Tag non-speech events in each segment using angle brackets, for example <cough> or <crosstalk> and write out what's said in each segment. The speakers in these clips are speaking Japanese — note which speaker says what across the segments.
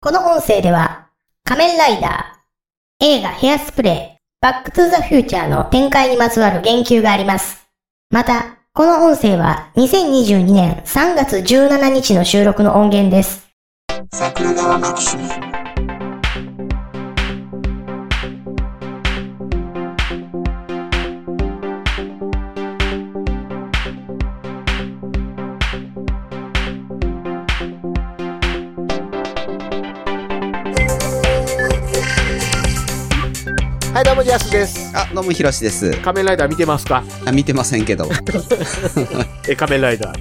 Speaker 1: この音声では、仮面ライダー、映画ヘアスプレー、バックトゥザフューチャーの展開にまつわる言及があります。また、この音声は2022年3月17日の収録の音源です。
Speaker 2: 桜川マキシム
Speaker 3: はい、どうも、ジャスです。
Speaker 4: あ、どうも、ひろしです。
Speaker 3: 仮面ライダー見てますか
Speaker 4: あ、見てません
Speaker 3: <laughs>
Speaker 4: けど。は
Speaker 3: え、仮面ライダー。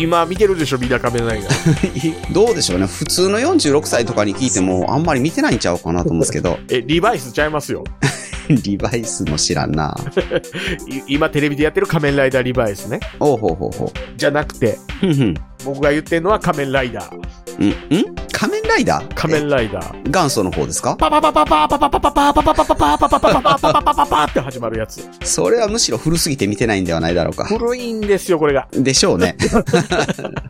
Speaker 4: い。
Speaker 3: 今見てるでしょ、みんな仮面ライダ
Speaker 4: <laughs>
Speaker 3: ー。
Speaker 4: どうでしょうね。普通の46歳とかに聞いても、あんまり見てないんちゃうかなと思うんですけど、 <laughs>
Speaker 3: え、リバイスちゃいますよ。
Speaker 4: リバイスも知らんな。
Speaker 3: い今テレビでやってる仮面ライダーリバイスね。
Speaker 4: おうほうほうほう。
Speaker 3: じゃなくて、
Speaker 4: ふんふん。
Speaker 3: 僕が言ってるのは仮面ライダー。
Speaker 4: うん、ん仮面ライダー
Speaker 3: 仮面ライダー。
Speaker 4: え元祖の方ですか
Speaker 3: パパパパパパパパパパパパパパパパパパパパパパパパって始まるやつ。
Speaker 4: それはむしろ古すぎて見てないんではないだろうか。
Speaker 3: 古いんですよ、これが。
Speaker 4: でしょう
Speaker 3: <laughs>
Speaker 4: ね。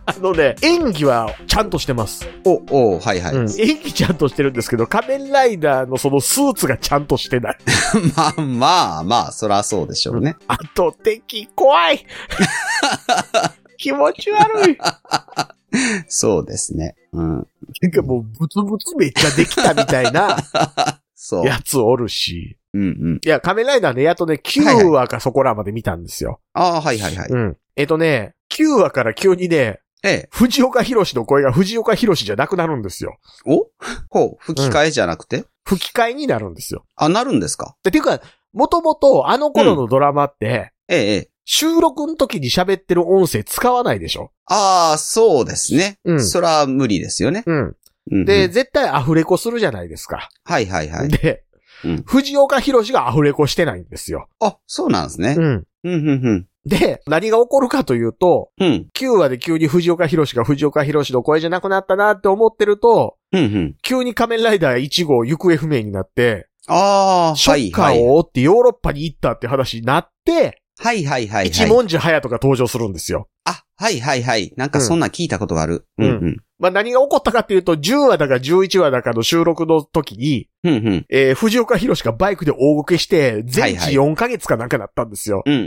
Speaker 3: あのね、演技はちゃんとしてます。
Speaker 4: お、おはいはい。
Speaker 3: うん。演技ちゃんとしてるんですけど、仮面ライダーのそのスーツがちゃんとしてない。
Speaker 4: <laughs> まあまあまあ、そらそうでしょうね。
Speaker 3: あと、敵怖い。気持ち悪い。
Speaker 4: そうですね。うん。
Speaker 3: なんかもう、ブツブツめっちゃできたみたいな
Speaker 4: そう。
Speaker 3: <laughs> やつおるし。
Speaker 4: うんうん。
Speaker 3: いや、仮面ライダーね、やっとね、9話かそこらまで見たんですよ。
Speaker 4: ああ、はいはいはい。
Speaker 3: うん。えっとね、9話から急にね、
Speaker 4: ええ。
Speaker 3: 藤岡弘の声が藤岡弘じゃなくなるんですよ。
Speaker 4: おほう、吹き替えじゃなくて、
Speaker 3: 吹き替えになるんですよ。
Speaker 4: あ、なるんですか
Speaker 3: でていうか、もともとあの頃のドラマって、
Speaker 4: ええ、ええ。
Speaker 3: 収録の時に喋ってる音声使わないでしょ
Speaker 4: ああ、そうですね。
Speaker 3: うん
Speaker 4: そら無理ですよね。
Speaker 3: うん。
Speaker 4: うんうん
Speaker 3: で、、絶対アフレコするじゃないですか。
Speaker 4: はいはいはい。
Speaker 3: で、
Speaker 4: うん
Speaker 3: 藤岡弘がアフレコしてないんですよ。
Speaker 4: あ、そうなんですね
Speaker 3: う。ん。
Speaker 4: うん、うん、
Speaker 3: で、何が起こるかというと、
Speaker 4: うん。うん、
Speaker 3: 9話で急に藤岡弘が藤岡弘の声じゃなくなったなって思ってると、
Speaker 4: うん、うん。
Speaker 3: 急に仮面ライダー1号行方不明になって、
Speaker 4: ああ、
Speaker 3: シ
Speaker 4: は
Speaker 3: ョ
Speaker 4: い
Speaker 3: ッカ
Speaker 4: は
Speaker 3: ー
Speaker 4: い。
Speaker 3: を追ってヨーロッパに行ったって話になって、
Speaker 4: はいはいはい。
Speaker 3: 一
Speaker 4: はい。
Speaker 3: 文字隼人が登場するんですよ。
Speaker 4: あ、はいはいはい。なんかそんなん聞いたことがある。う
Speaker 3: う
Speaker 4: んん、うん。
Speaker 3: まあ、何が起こったかっていうと、10話だか11話だかの収録の時に、
Speaker 4: うん、うん。
Speaker 3: えー、藤岡弘がバイクで大ごけして、全
Speaker 4: は
Speaker 3: 治
Speaker 4: いは
Speaker 3: 4ヶ月かなんかだったんですよ。
Speaker 4: うん、うん、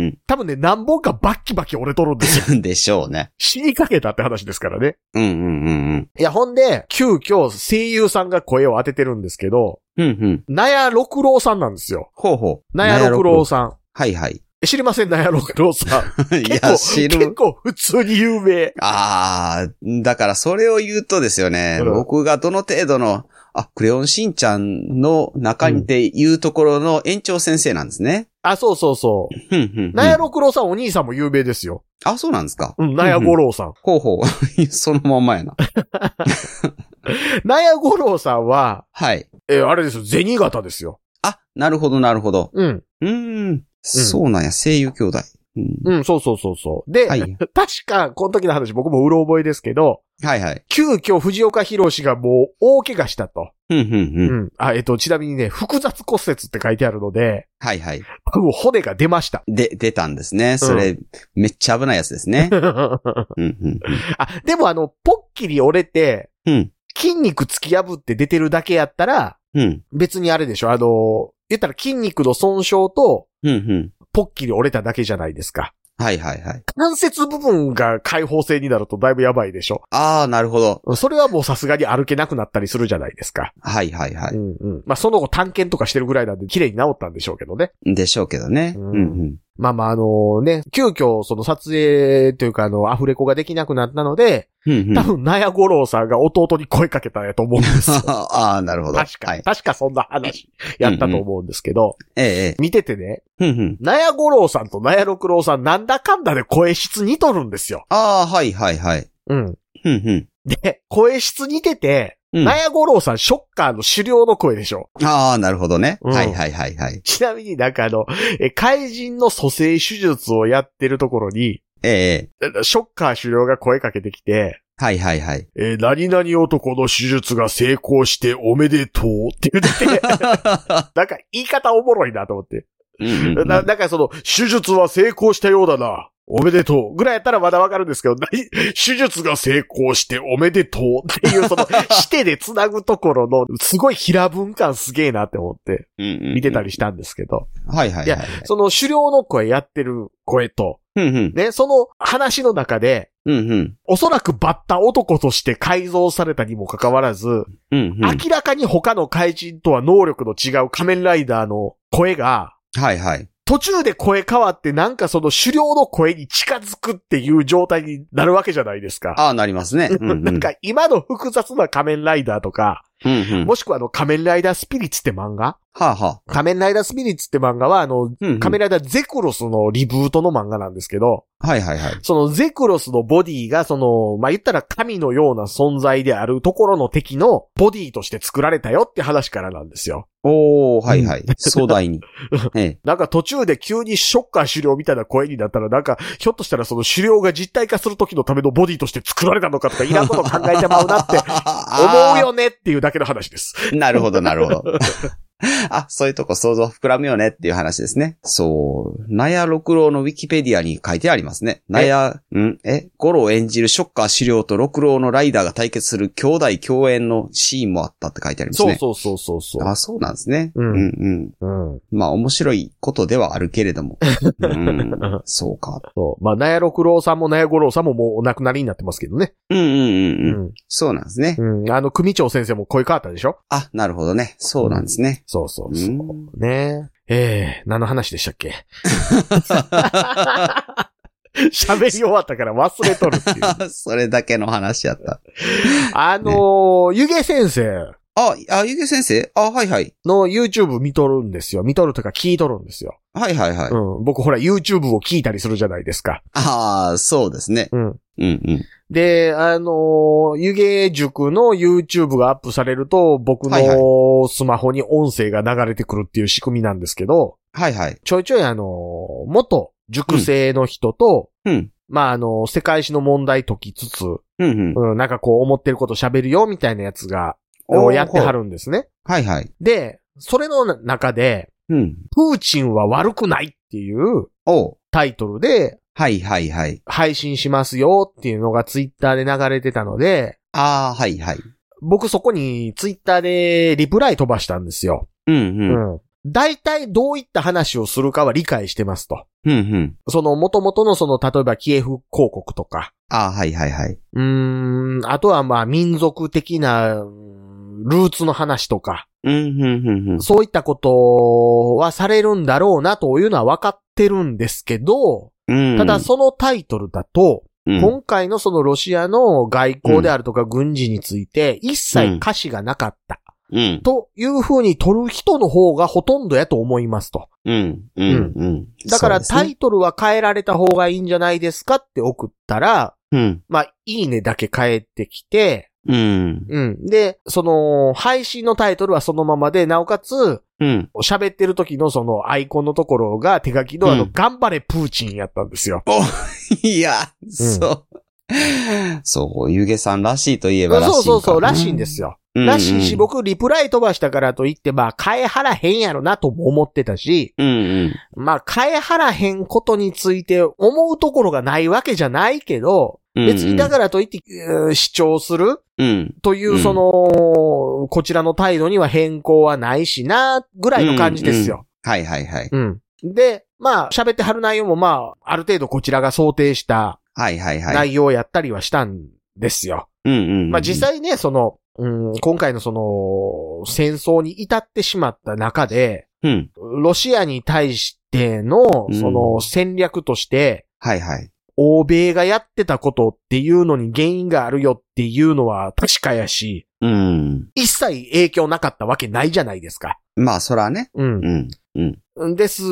Speaker 4: うん
Speaker 3: 多分ね、何本かバッキバキ折れとる
Speaker 4: <laughs>
Speaker 3: んですよ。
Speaker 4: うん。でしょうね。
Speaker 3: 死にかけたって話ですからね。
Speaker 4: うん、うん、うん、
Speaker 3: いや、ほんで、急遽声優さんが声を当ててるんですけど、
Speaker 4: うん。うん、うん。
Speaker 3: ナヤ六郎さんなんですよ。
Speaker 4: ほうほう。
Speaker 3: ナヤ六郎
Speaker 4: さん。
Speaker 3: さん。
Speaker 4: はいはい。
Speaker 3: え知りません、ナヤ六郎さ
Speaker 4: <laughs>
Speaker 3: ん。
Speaker 4: い
Speaker 3: 結
Speaker 4: や、
Speaker 3: 構、
Speaker 4: 知
Speaker 3: 結
Speaker 4: る。
Speaker 3: 構普通に有名。
Speaker 4: ああ、だからそれを言うとですよね、
Speaker 3: うん
Speaker 4: 僕がどの程度の、あ、クレヨンしんちゃんの中にで言うところの園長先生なんですね。
Speaker 3: あ、そうそうそう。
Speaker 4: ふんふんふん
Speaker 3: ナヤ六郎さんお兄さんも有名ですよ。
Speaker 4: あ、そうなんですか。
Speaker 3: うん、ナヤ
Speaker 4: う
Speaker 3: 五
Speaker 4: んうん
Speaker 3: 郎さん。
Speaker 4: ほうほう。 <laughs> そのまんまやな。
Speaker 3: ナヤ五郎さんは、
Speaker 4: はい。
Speaker 3: えーあれですよ、銭形ですよ。
Speaker 4: あ、なるほど、なるほど。
Speaker 3: うん、
Speaker 4: うーん。そうなんや、声優兄弟。
Speaker 3: <laughs>
Speaker 4: うん
Speaker 3: うん、そうそうそうそう。で、
Speaker 4: はい。
Speaker 3: 確か、この時の話僕もうろ覚えですけど、
Speaker 4: はいはい。
Speaker 3: 急遽藤岡弘がもう大怪我したと。
Speaker 4: ふんふんふ。
Speaker 3: うんん。あ、えっ、と、ちなみにね、複雑骨折って書いてあるので、
Speaker 4: はいはい。
Speaker 3: 多分骨が出ました。
Speaker 4: で、出たんですね。それ、めっちゃ危ないやつですね。うんうん
Speaker 3: <laughs> あ、でもあの、ポッキリ折れて、
Speaker 4: うん
Speaker 3: 筋肉突き破って出てるだけやったら、
Speaker 4: うん。うん。
Speaker 3: 別にあれでしょ、あの、言ったら筋肉の損傷と、
Speaker 4: うんうん。
Speaker 3: ポッキリ折れただけじゃないですか。
Speaker 4: はいはいはい。
Speaker 3: 関節部分が開放性になるとだいぶやばいでしょ。
Speaker 4: ああ、なるほど。
Speaker 3: それはもうさすがに歩けなくなったりするじゃないですか。
Speaker 4: はいはいは
Speaker 3: うんうん。まあ、その後探検とかしてるぐらいなんで綺麗に治ったんでしょうけどね。
Speaker 4: い。でしょうけどね。
Speaker 3: う
Speaker 4: うんんうん。
Speaker 3: まあまああのね、急遽その撮影というかあの、アフレコができなくなったので、
Speaker 4: うんう
Speaker 3: 多
Speaker 4: ん。
Speaker 3: 分ナヤゴロウさんが弟に声かけたんやと思うんですよ。
Speaker 4: <laughs> ああ、なるほど。
Speaker 3: 確か、
Speaker 4: はい。
Speaker 3: 確かそんな話やったと思うんですけど、
Speaker 4: ええ
Speaker 3: 見ててね、
Speaker 4: ええ。うんうん。
Speaker 3: ナヤ五郎さんとナヤ六郎さんなんだかんだで声質似とるんですよ。
Speaker 4: ああ、はいはいはい。
Speaker 3: うん。
Speaker 4: うんうん。
Speaker 3: で、声質似てて、
Speaker 4: うん
Speaker 3: ナヤ五郎さんショッカーの狩猟の声でしょ。
Speaker 4: ああ、なるほどね。
Speaker 3: うん
Speaker 4: はいはいはいはい。
Speaker 3: ちなみになんかあの、え怪人の蘇生手術をやってるところに、
Speaker 4: ええ。
Speaker 3: えショッカー狩猟が声かけてきて、
Speaker 4: はいはい
Speaker 3: <laughs>
Speaker 4: はい。
Speaker 3: えー何々男の手術が成功しておめでとうって言ってて、なんか言い方おもろいなと思って。
Speaker 4: うんうんうん
Speaker 3: な、なんかその、手術は成功したようだな。おめでとうぐらいやったらまだわかるんですけど、なに手術が成功しておめでとうっていう、その、してで繋ぐところの、すごい平文感すげえなって思って
Speaker 4: うんうんうん
Speaker 3: 見てたりしたんですけど、
Speaker 4: はいはい
Speaker 3: い
Speaker 4: はい
Speaker 3: や。その狩猟の声やってる声と、
Speaker 4: うんうん。
Speaker 3: ね、その話の中で、
Speaker 4: うんうん。
Speaker 3: おそらくバッタ男として改造されたにもかかわらず、
Speaker 4: うんうん。は
Speaker 3: 明らかに他の怪人とは能力の違う仮面ライダーの声が、
Speaker 4: いはい。
Speaker 3: 途中で声変わってなんかその狩猟の声に近づくっていう状態になるわけじゃないですか。
Speaker 4: ああ、なりますね。うんうん。
Speaker 3: なんか今の複雑な仮面ライダーとか、
Speaker 4: うんうん。
Speaker 3: もしくはあの仮面ライダースピリッツって漫画
Speaker 4: はあは
Speaker 3: 仮面ライダースピリッツって漫画はあの、
Speaker 4: あ。うんうん
Speaker 3: 仮面ライダーゼクロスのリブートの漫画なんですけど、
Speaker 4: はいはいはい。
Speaker 3: そのゼクロスのボディがその、まあ、言ったら神のような存在であるところの敵のボディとして作られたよって話からなんですよ。
Speaker 4: おー、はいはい。壮大
Speaker 3: <laughs>
Speaker 4: に。ええ。
Speaker 3: なんか途中で急にショッカー狩猟みたいな声になったら、なんか、ひょっとしたらその狩猟が実体化する時のためのボディとして作られたのかとか、いらんこと考えてまうなって
Speaker 4: <laughs>
Speaker 3: 思うよねっていうだけの話です。
Speaker 4: なるほど、なるほど。 <laughs> あ、そういうとこ想像膨らむよねっていう話ですね。そう。ナヤ六郎のウィキペディアに書いてありますね。ナヤ、んえ五郎演じるショッカー資料と六郎のライダーが対決する兄弟共演のシーンもあったって書いてあります
Speaker 3: そう
Speaker 4: ね。
Speaker 3: そうそうそうそ
Speaker 4: あ、そうなんですね。
Speaker 3: うん
Speaker 4: うんうん。
Speaker 3: う。うん。
Speaker 4: まあ面白いことではあるけれど
Speaker 3: <laughs>
Speaker 4: も。うん、そうか。
Speaker 3: そう。まあ、ナヤ六郎さんもナヤ五郎さんももうお亡くなりになってますけどね。
Speaker 4: うんうんうんうん。
Speaker 3: ん。
Speaker 4: そうなんですね。
Speaker 3: うん。あの、組長先生も声変わったでしょ
Speaker 4: あ、なるほどね。そうなんですね。
Speaker 3: そうそううんそう。ねえ。ええ何の話でしたっけ <laughs> 喋り終わったから忘れとるっていう。
Speaker 4: それだけの話やった。
Speaker 3: あのー、湯気先生。
Speaker 4: あ、あ、ゆげ先生あ、はいはい。
Speaker 3: の YouTube 見とるんですよ。見とるとか聞いとるんですよ。
Speaker 4: はいはいはい。
Speaker 3: うん。僕ほら YouTube を聞いたりするじゃないですか。
Speaker 4: ああ、そうですね。
Speaker 3: うん。
Speaker 4: うんうん。
Speaker 3: で、あのー、湯気塾の YouTube がアップされると、僕
Speaker 4: はい
Speaker 3: のスマホに音声が流れてくるっていう仕組みなんですけど、
Speaker 4: はいはい。
Speaker 3: ちょいちょいあのー、元塾生の人と、
Speaker 4: うん。
Speaker 3: まあ、あのー、世界史の問題解きつつ、
Speaker 4: うんうん。
Speaker 3: うん、なんかこう思ってること喋るよみたいなやつが、をやってはるんですね。
Speaker 4: はいはい。
Speaker 3: で、それの中で、
Speaker 4: うん。
Speaker 3: プーチンは悪くないっていう、
Speaker 4: おう
Speaker 3: タイトルで
Speaker 4: はいはいはい。
Speaker 3: 配信しますよっていうのがツイッターで流れてたので、
Speaker 4: ああ、はいはい。
Speaker 3: 僕そこにツイッターでリプライ飛ばしたんですよ。
Speaker 4: うん
Speaker 3: う
Speaker 4: うん。
Speaker 3: ん。大体どういった話をするかは理解してますと。
Speaker 4: うんうん。
Speaker 3: その元々のその例えばキエフ広告とか、
Speaker 4: ああ、はいはいはい。
Speaker 3: うーん、あとはまあ民族的なうーんルーツの話とか、
Speaker 4: うんうんうんうん。
Speaker 3: そういったことはされるんだろうなというのは分かってるんですけど、
Speaker 4: うん
Speaker 3: ただそのタイトルだと、
Speaker 4: うん、
Speaker 3: 今回のそのロシアの外交であるとか軍事について一切歌詞がなかった
Speaker 4: うん。
Speaker 3: という風に取る人の方がほとんどやと思いますと。
Speaker 4: うん。うん。うん。
Speaker 3: だから
Speaker 4: そう
Speaker 3: タ
Speaker 4: ですね
Speaker 3: イトルは変えられた方がいいんじゃないですかって送ったら、
Speaker 4: うん。
Speaker 3: まあ、いいねだけ変えてきて、
Speaker 4: うん。
Speaker 3: うん。で、その、配信のタイトルはそのままで、なおかつ、
Speaker 4: うん。 <laughs>
Speaker 3: 喋ってる時のそのアイコンのところが手書きのあの、
Speaker 4: うん
Speaker 3: 頑張れプーチンやったんですよ。
Speaker 4: いや、そう。そう、ゆげさんらしいといえばらしい。
Speaker 3: そうそうそう、らしいんで。すよ。
Speaker 4: うん
Speaker 3: らしいし、。僕、リプライ飛ばしたからといって、まあ、変えはらへんやろなとも思ってたし、
Speaker 4: うんうん。
Speaker 3: まあ、変えはらへんことについて思うところがないわけじゃないけど、
Speaker 4: うん
Speaker 3: 別にだからといって、うー主張する
Speaker 4: うん。
Speaker 3: というう、
Speaker 4: ん
Speaker 3: その、こちらの態度には変更はないしな、ぐらいの感じですよ。
Speaker 4: はいはいはい。
Speaker 3: うん。で、まあ、喋ってはる内容もまあ、ある程度こちらが想定した
Speaker 4: はいはいはい。
Speaker 3: 内容をやったりはしたんですよ。
Speaker 4: うんうん。
Speaker 3: まあ、実際ね、その、うん、今回のその、戦争に至ってしまった中で、
Speaker 4: うん。
Speaker 3: ロシアに対しての
Speaker 4: う、ん
Speaker 3: その戦略として、
Speaker 4: はいはい。
Speaker 3: 欧米がやってたことっていうのに原因があるよっていうのは確かやし、
Speaker 4: うん。
Speaker 3: 一切影響なかったわけないじゃないですか。
Speaker 4: まあ、そらね。
Speaker 3: う。
Speaker 4: うんん。うん。
Speaker 3: です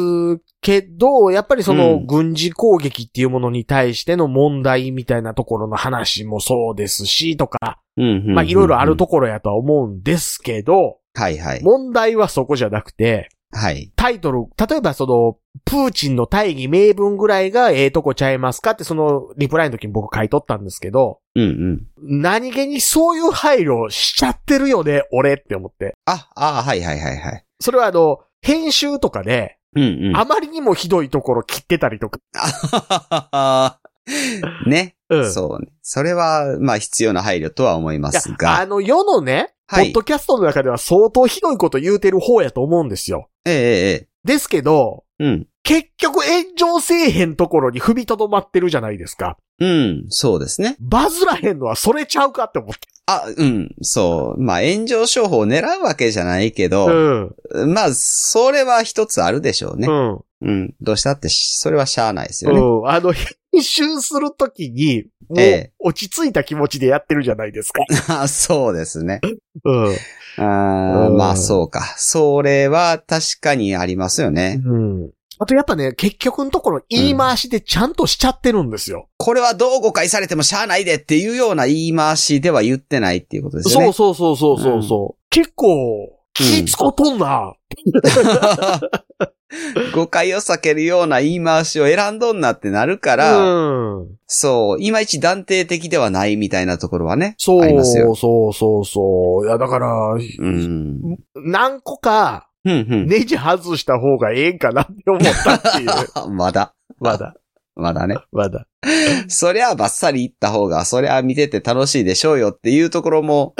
Speaker 3: けど、やっぱりそうの
Speaker 4: ん
Speaker 3: 軍事攻撃っていうものに対しての問題みたいなところの話もそうですし、とか、
Speaker 4: うん。
Speaker 3: まあいろいろあるところやとは思うんですけど、
Speaker 4: はいはい。
Speaker 3: 問題はそこじゃなくて、
Speaker 4: はい。
Speaker 3: タイトル、例えばその、プーチンの大義名分ぐらいがええとこちゃいますかってそのリプライの時に僕書いとったんですけど、
Speaker 4: うんうん。
Speaker 3: 何気にそういう配慮しちゃってるよね、俺って思って。
Speaker 4: あ、あはいはいはいはい。
Speaker 3: それはあの、編集とかで、
Speaker 4: うんうん。
Speaker 3: あまりにもひどいところ切ってたりとか。
Speaker 4: あ <laughs> ね。
Speaker 3: う
Speaker 4: そうね。それは、まあ必要な配慮とは思いま
Speaker 3: いや
Speaker 4: す、
Speaker 3: あ
Speaker 4: が。
Speaker 3: の世のね、
Speaker 4: は
Speaker 3: ポッ
Speaker 4: い。
Speaker 3: ドキャストの中では相当ひどいこと言うてる方やと思うんですよ。
Speaker 4: えええ
Speaker 3: ですけど、
Speaker 4: え。うん。
Speaker 3: 結局炎上せえへんところに踏みとどまってるじゃないですか。
Speaker 4: うん、そうですね。
Speaker 3: バズらへんのはそれちゃうかって思って。
Speaker 4: あ、うん、そう。まあ炎上商法を狙うわけじゃないけど、
Speaker 3: ん。
Speaker 4: まあ、それは一つあるでしょうね
Speaker 3: う。ん。
Speaker 4: うん。どうしたってし、それはしゃあないですよね。
Speaker 3: うん。あの、編集するときに、も
Speaker 4: え
Speaker 3: う
Speaker 4: え、
Speaker 3: 落ち着いた気持ちでやってるじゃないですか。
Speaker 4: あ <laughs> そうです
Speaker 3: <laughs>
Speaker 4: ね。
Speaker 3: うん。
Speaker 4: あー
Speaker 3: うん
Speaker 4: まあそうか。それは確かにありますよね。
Speaker 3: うん。あとやっぱね、結局のところ言い回しでちゃんとしちゃってるんですよ。
Speaker 4: これはどう誤解されてもしゃあないでっていうような言い回しでは言ってないっていうことですよね。
Speaker 3: そうそうそうそうそうそう、結構、気つことんな。
Speaker 4: <laughs> 誤解を避けるような言い回しを選んどんなってなるから、
Speaker 3: うん。
Speaker 4: そう、いまいち断定的ではないみたいなところはね、
Speaker 3: そ
Speaker 4: あります
Speaker 3: う
Speaker 4: よ。
Speaker 3: そうそうそう。いや、だから、
Speaker 4: うん。
Speaker 3: 何個か、
Speaker 4: うんうん。
Speaker 3: ネジ外した方がええんかなって思ったっていう。
Speaker 4: あ <laughs> まだ。
Speaker 3: <laughs> まだ、
Speaker 4: まだね。
Speaker 3: まだ。
Speaker 4: そりゃバッサリ行った方が、そりゃ見てて楽しいでしょうよっていうところ
Speaker 3: <laughs>
Speaker 4: も、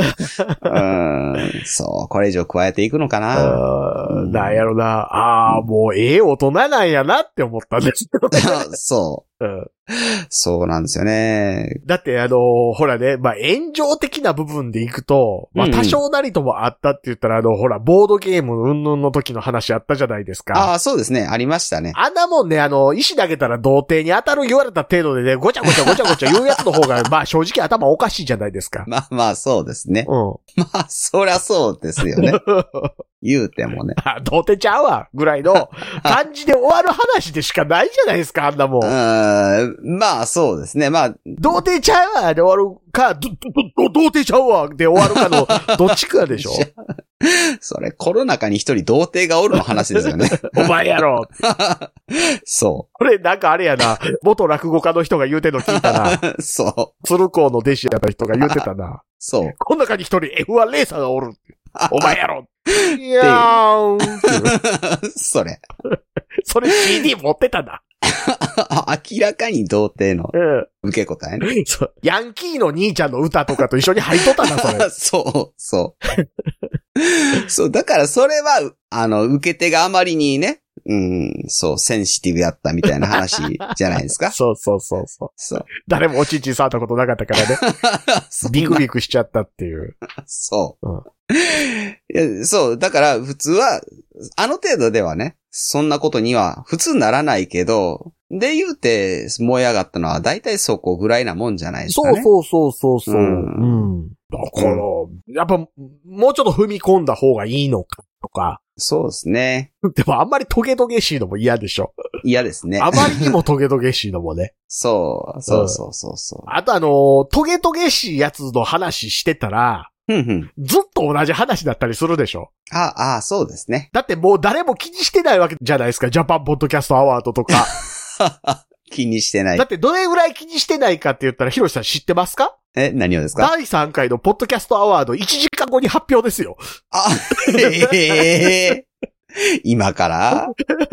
Speaker 4: うーん、そう、これ以上加えていくのかな。
Speaker 3: あーなんやろな。ああ、もうええ大人なんやなって思ったんですよ。
Speaker 4: そ
Speaker 3: う
Speaker 4: <laughs>
Speaker 3: ん
Speaker 4: う、そうなんですよね。
Speaker 3: だって、あのーほらね、まあ、炎上的な部分でいくと、まあ、
Speaker 4: うんうん
Speaker 3: 多少なりともあったって言ったら、あの、ほら、ボードゲーム云々の時の話あったじゃないですか。
Speaker 4: ああ、そうですね、ありましたね。
Speaker 3: あんなもんね、あの、石投げたら童貞に当たる言われた程度でね、ごちゃごちゃごちゃごちゃ言うやつの方
Speaker 4: <laughs>
Speaker 3: が、まあ正直頭おかしいじゃないですか。
Speaker 4: まあまあ、そうですね。
Speaker 3: うん。
Speaker 4: まあ、 <laughs> そりゃそうです
Speaker 3: <laughs>
Speaker 4: よね。言うてもね。
Speaker 3: あ童貞ちゃうわ、ぐらいの感じで終わる話でしかないじゃないですか、あんなも。
Speaker 4: うんん、まあ、そうですね。まあ、
Speaker 3: 童貞ちゃうわで終わるか、ど、ど、ど、童貞ちゃうわで終わるか <laughs> の、どっちかでしょ
Speaker 4: <laughs> それ、コロナ禍に一人童貞がおるの話です
Speaker 3: <laughs>
Speaker 4: よね。
Speaker 3: お前やろ。
Speaker 4: そ
Speaker 3: これなんかあれやな、元落語家の人が言うてんの聞いたな。 <laughs>
Speaker 4: う。そう。
Speaker 3: 鶴光の弟子やった人が言うてた <laughs> な。
Speaker 4: そう。 <laughs>
Speaker 3: この中に一人 F1 レーサーが <laughs> おる。お前やろ。いやーん。
Speaker 4: それ。 <laughs>
Speaker 3: それ CD 持ってたな。
Speaker 4: 明らかに童貞の
Speaker 3: うん。
Speaker 4: 受け答えね。
Speaker 3: そうヤンキーの兄ちゃんの歌とかと一緒に入っとったな、そ
Speaker 4: <laughs>
Speaker 3: れ。
Speaker 4: そう、そう。 <laughs> そう、だからそれは、あの、受け手があまりにね、うん、そう、センシティブやったみたいな話じゃないです
Speaker 3: <laughs>
Speaker 4: か。
Speaker 3: <laughs> そうそうそうそう。
Speaker 4: そう。 <laughs>
Speaker 3: 誰もおちんちん触ったことなかったからね。
Speaker 4: そんな
Speaker 3: ビクビクしちゃったっていう。
Speaker 4: そう、いや。そう、だから普通は、あの程度ではね、そんなことには普通ならないけど、で言うて燃え上がったのは大体そこぐらいなもんじゃないですかね。
Speaker 3: そうそうそうそううん。だから、やっぱ、もうちょっと踏み込んだ方がいいのかとか。 <laughs>
Speaker 4: そうですね。
Speaker 3: でもあんまりトゲトゲしいのも嫌でしょ。
Speaker 4: 嫌ですね。
Speaker 3: あまりにもトゲトゲしいのもね。 <laughs>
Speaker 4: そう、そうそうそうそう。
Speaker 3: あとあの、トゲトゲしいやつの話してたら、
Speaker 4: ふんふん。
Speaker 3: ずっと同じ話だったりするでしょ。
Speaker 4: あ、あ、そうですね。
Speaker 3: だってもう誰も気にしてないわけじゃないですか。ジャパンポッドキャストアワード <laughs> とか。
Speaker 4: <laughs> 気にしてない
Speaker 3: だっ。てどれぐらい気にしてないかって言ったら、ヒロシさん知ってますか
Speaker 4: え、何をですか
Speaker 3: 第3回のポッドキャストアワード1時間後に発表ですよ。 <laughs>
Speaker 4: あ、えー今から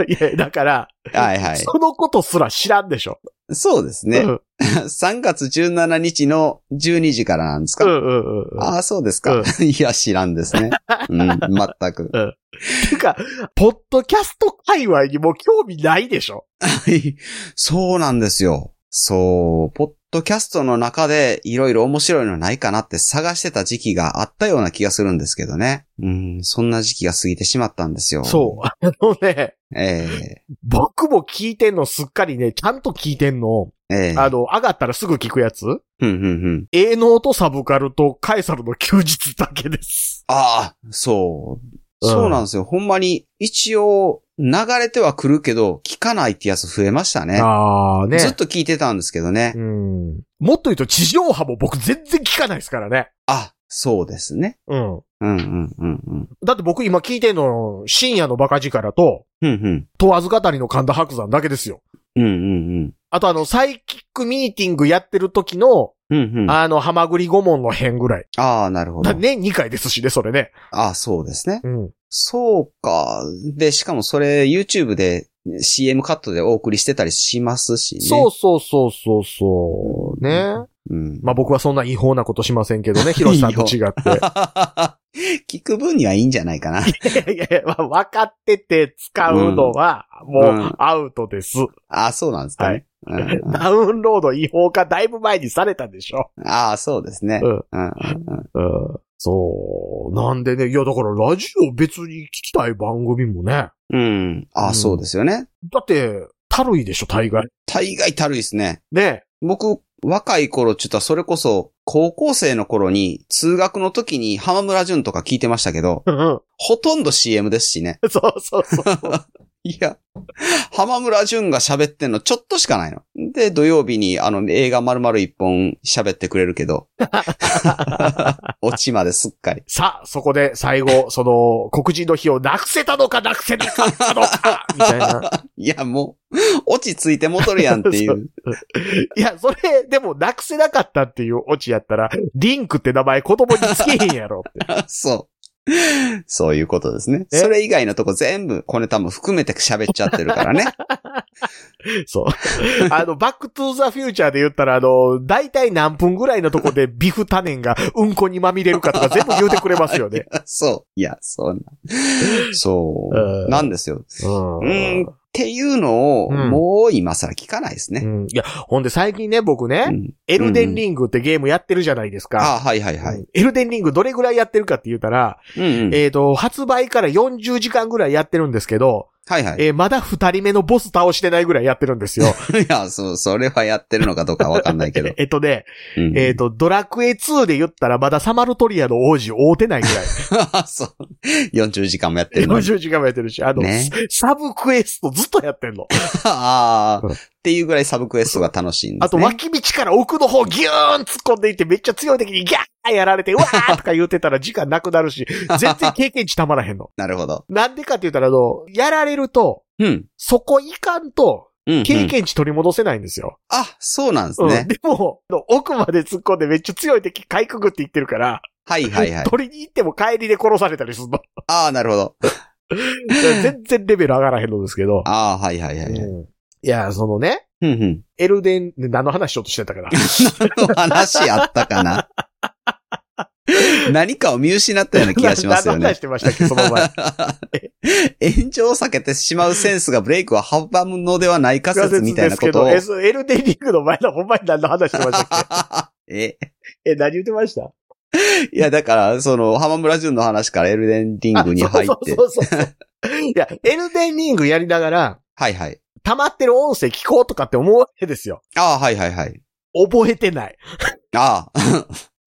Speaker 3: いや、だから、
Speaker 4: はいはい。
Speaker 3: そのことすら知らんでしょ。
Speaker 4: そうです
Speaker 3: う
Speaker 4: ね。
Speaker 3: ん
Speaker 4: 3月17日の12時からなんですか
Speaker 3: うんうんうんうん。
Speaker 4: ああ、そうですか。いや、知らんですね。うん、全く。 <laughs>
Speaker 3: てか、ポッドキャスト界隈にもう興味ないでしょ。
Speaker 4: はいそうなんですよ。そう、ポッドキャストの中でいろいろ面白いのないかなって探してた時期があったような気がするんですけどね。うん、そんな時期が過ぎてしまったんですよ。
Speaker 3: そう。あのね、
Speaker 4: う。え
Speaker 3: 僕も聞いてんのすっかりね、ちゃんと聞いてんの。
Speaker 4: えええ
Speaker 3: あの、上がったらすぐ聞くやつ
Speaker 4: ふんふんふん。
Speaker 3: 営農とサブカルとカエサルの休日だけです。
Speaker 4: ああ、そう。
Speaker 3: うん
Speaker 4: そうなんですよ。ほんまに、一応、流れては来るけど、聞かないってやつ増えましたね。
Speaker 3: ああ、ね
Speaker 4: ずっと聞いてたんですけどね。
Speaker 3: うん。もっと言うと地上波も僕全然聞かないですからね。
Speaker 4: あ、そうですね。
Speaker 3: う
Speaker 4: う
Speaker 3: ん。
Speaker 4: んうんうんうん。
Speaker 3: だって僕今聞いてんの、深夜のバカ力と、
Speaker 4: ふんふん。
Speaker 3: 問わず語りの神田伯山だけですよ。
Speaker 4: うんうん
Speaker 3: あとあの、サイキックミーティングやってる時の、
Speaker 4: うん。うんうん。あ
Speaker 3: あの、ハマグリ顧問の編ぐらい。
Speaker 4: あー、なるほど
Speaker 3: だ。ね、2回ですしね、それね。
Speaker 4: ああ、そうですね。
Speaker 3: うん。
Speaker 4: そうか。で、しかもそれ YouTube で CM カットでお送りしてたりしますしね。
Speaker 3: そうそうそうそうそう。ね。
Speaker 4: うん。
Speaker 3: まあ僕はそんな違法なことしませんけどね、ヒロシさんと違っ
Speaker 4: <laughs> 聞く分にはいいんじゃないかな。
Speaker 3: て。いやいや、まあ分かってて使うのは、も
Speaker 4: う
Speaker 3: うんアウトです。
Speaker 4: ああ、そうなんですかね。うんうん
Speaker 3: ダウンロード違法化だいぶ前にされたでしょ。
Speaker 4: ああ、そうですね。
Speaker 3: う
Speaker 4: うんんうん
Speaker 3: うん。そう。なんでね、いやだからラジオ別に聞きたい番組もね。
Speaker 4: うん。うん。あ
Speaker 3: うん
Speaker 4: あ、そうですよね。
Speaker 3: だって、たるいでしょ、大概。
Speaker 4: 大概たるいですね。
Speaker 3: ね。
Speaker 4: 僕、若い頃ちょっとそれこそ、高校生の頃に、通学の時に浜村淳とか聞いてましたけど、
Speaker 3: うんうん。
Speaker 4: ほとんど CM ですしね。
Speaker 3: <laughs> そうそうそう。
Speaker 4: いや、浜村淳が喋ってんのちょっとしかないの。で、土曜日にあの映画丸々一本喋ってくれるけ
Speaker 3: <laughs>
Speaker 4: ど。 <laughs> 落ちまですっかり。
Speaker 3: さあ、そこで最後、その、黒人の日をなくせたのかなくせなかったの <laughs> か、みたいな。
Speaker 4: いや、もう、落ち着いて戻るやんってい。
Speaker 3: そういや、それ、でも、なくせなかったっていうオチやったら、リンクって名前子供につけへんやろって。 <laughs>
Speaker 4: そう。そういうことですね。
Speaker 3: え
Speaker 4: それ以外のとこ全部、小ネタも含めて喋っちゃってるから
Speaker 3: <laughs>
Speaker 4: ね。
Speaker 3: そう。あの、バックトゥーザフューチャーで言ったら、あの、大体何分ぐらいのとこでビフ多年がうんこにまみれるかとか全部言うてくれますよね。
Speaker 4: そう。いや、そうな。そ
Speaker 3: うん
Speaker 4: う。なんですよ。
Speaker 3: う
Speaker 4: うーん。っていうのを、
Speaker 3: うん
Speaker 4: もう今更聞かないですね。
Speaker 3: ん。いや、ほんで最近ね、僕ね、
Speaker 4: うん
Speaker 3: エルデンリングってゲームやってるじゃないですか。
Speaker 4: あはいはいはい。
Speaker 3: エルデンリングどれぐらいやってるかって言ったら、
Speaker 4: うんうん。
Speaker 3: えっ、と、発売から40時間ぐらいやってるんですけど、
Speaker 4: はいはい。
Speaker 3: えーまだ二人目のボス倒してないぐらいやってるんですよ。。
Speaker 4: <laughs> いや、そう、それはやってるのかどうかわかんないけど
Speaker 3: <laughs> えっとね、
Speaker 4: うん
Speaker 3: えっ、と、ドラクエ2で言ったらまだサマルトリアの王子を追うてないぐ
Speaker 4: <laughs>
Speaker 3: らい。
Speaker 4: そう。40時間もやってるのに。
Speaker 3: 40時間もやってるし、あの、
Speaker 4: ね
Speaker 3: サブクエストずっとやってんの。
Speaker 4: <laughs> あ
Speaker 3: うん
Speaker 4: あ。っていうぐらいサブクエストが楽しいんです、ね。
Speaker 3: あと、脇道から奥の方ギューン突っ込んでいってめっちゃ強い敵にギャーや
Speaker 4: <laughs>
Speaker 3: られて、うわーとか言うてたら時間なくなるし、全然経験値たまらへんの。
Speaker 4: なるほど。
Speaker 3: なんでかって言ったら、あの、やられると、
Speaker 4: うん。
Speaker 3: そこいかんと、
Speaker 4: うん、うん
Speaker 3: 経験値取り戻せないんですよ。
Speaker 4: あ、そうなんです
Speaker 3: うん
Speaker 4: ね。
Speaker 3: でも、あの奥まで突っ込んでめっちゃ強い敵かいくぐっていってるから、
Speaker 4: はいはいはい。
Speaker 3: 取りに行っても帰りで殺されたりするの。 <laughs>
Speaker 4: ああ、なるほど。
Speaker 3: 全然レベル上がらへんのですけど。
Speaker 4: ああ、はいはいはい。はい
Speaker 3: うんいや、そのね、
Speaker 4: うんうん。 <laughs>
Speaker 3: エルデン、ね何の話しようとしてたかな。
Speaker 4: の話あったか
Speaker 3: <laughs>
Speaker 4: な何かを見失ったような <laughs> 気がしますよ
Speaker 3: 何の話
Speaker 4: ね
Speaker 3: し。てましたっけ、その
Speaker 4: <laughs>
Speaker 3: 前。
Speaker 4: 炎上を避けてしまうセンスがブレイクは阻むのではないか説みたいなことを。
Speaker 3: ですけど、S- エルデンリングの前の <laughs> ほんまに何の話してましたっ
Speaker 4: <laughs> え、
Speaker 3: けえ、何言ってました
Speaker 4: いや、だから、その、浜村淳の話からエルデンリン
Speaker 3: あ
Speaker 4: グに入って。
Speaker 3: そうそうそうそう。いや、エルデンリングやりながら、
Speaker 4: はいはい。
Speaker 3: 溜まってる音声聞こうとかって思うわけですよ。
Speaker 4: ああ、はいはいはい。
Speaker 3: 覚えてない。
Speaker 4: ああ。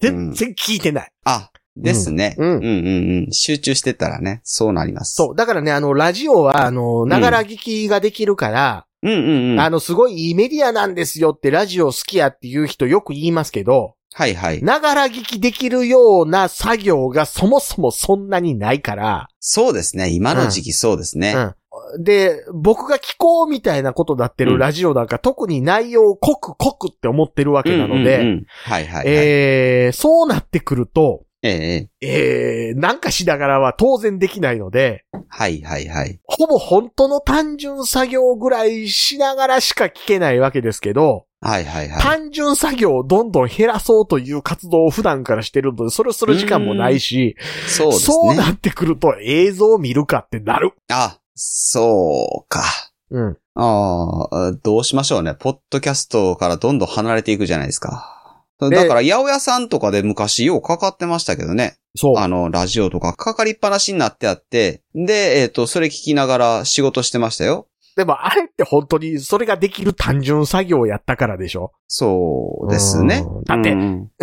Speaker 3: 全然聞いてない。
Speaker 4: あ、ですね。
Speaker 3: う
Speaker 4: うんん、
Speaker 3: う
Speaker 4: うん、うんうん集中してたらね、そうなります。
Speaker 3: そう。だからね、あの、ラジオは、あの、ながら聞きができるから、
Speaker 4: う。うんうんうん。
Speaker 3: あ
Speaker 4: は
Speaker 3: の、すごいいいメディアなんですよって、ラジオ好きやっていう人よく言いますけど、
Speaker 4: いはい。
Speaker 3: ながら聞きできるような作業がそもそもそんなにないから、
Speaker 4: そうですね。今の時期そうですね。
Speaker 3: うん。で、僕が聞こうみたいなことになってるラジオなんか、特に内容を濃く濃くって思ってるわけなので、
Speaker 4: うんうんうんはいはい、はい。え
Speaker 3: えー、そうなってくると、
Speaker 4: え
Speaker 3: えー、なんかしながらは当然できないので、
Speaker 4: ええはいはいはい。
Speaker 3: ほぼ本当の単純作業ぐらいしながらしか聞けないわけですけど、
Speaker 4: はいはいはい。
Speaker 3: 単純作業をどんどん減らそうという活動を普段からしてるので、それをする時間もないし、
Speaker 4: そうです
Speaker 3: そう
Speaker 4: ね。
Speaker 3: なってくると映像を見るかってなる。
Speaker 4: あ、そうか。
Speaker 3: うん。
Speaker 4: ああ、どうしましょうね。ポッドキャストからどんどん離れていくじゃないですか。
Speaker 3: で
Speaker 4: だから、八百屋さんとかで昔ようかかってましたけどね。
Speaker 3: そう。
Speaker 4: あの、ラジオとかかかりっぱなしになってあって、で、えっ、と、それ聞きながら仕事してましたよ。
Speaker 3: でもあれって本当にそれができる単純作業をやったからでしょ。
Speaker 4: そうですね
Speaker 3: うん。だって
Speaker 4: う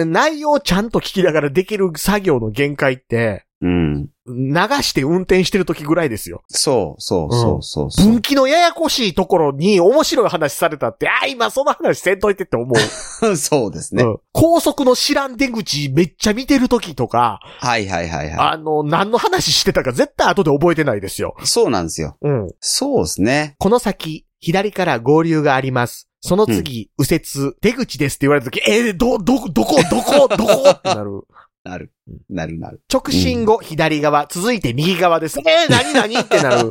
Speaker 4: ん。
Speaker 3: 内容をちゃんと聞きながらできる作業の限界って、
Speaker 4: うん
Speaker 3: 流して運転してる時ぐらいですよ。
Speaker 4: そう、そう、そう、そうそう。
Speaker 3: 分岐のややこしいところに面白い話されたって、あ、今その話せんといてって思
Speaker 4: <laughs>
Speaker 3: う。
Speaker 4: そうですね。
Speaker 3: うん高速の知らん出口めっちゃ見てる時とか、
Speaker 4: はいはいはいは
Speaker 3: あの、何の話してたか絶対後で覚えてないですよ。
Speaker 4: い。そうなんですよ。
Speaker 3: うん。
Speaker 4: そうですね。
Speaker 3: この先、左から合流があります。その次、右折、出口ですって言われた時、えー、ど、ど、どこ、
Speaker 4: <laughs>
Speaker 3: どこ、どこってなる。
Speaker 4: なる。なるなる。
Speaker 3: 直進後、左側、続いて右側です。えー、何何ってな
Speaker 4: <laughs>
Speaker 3: る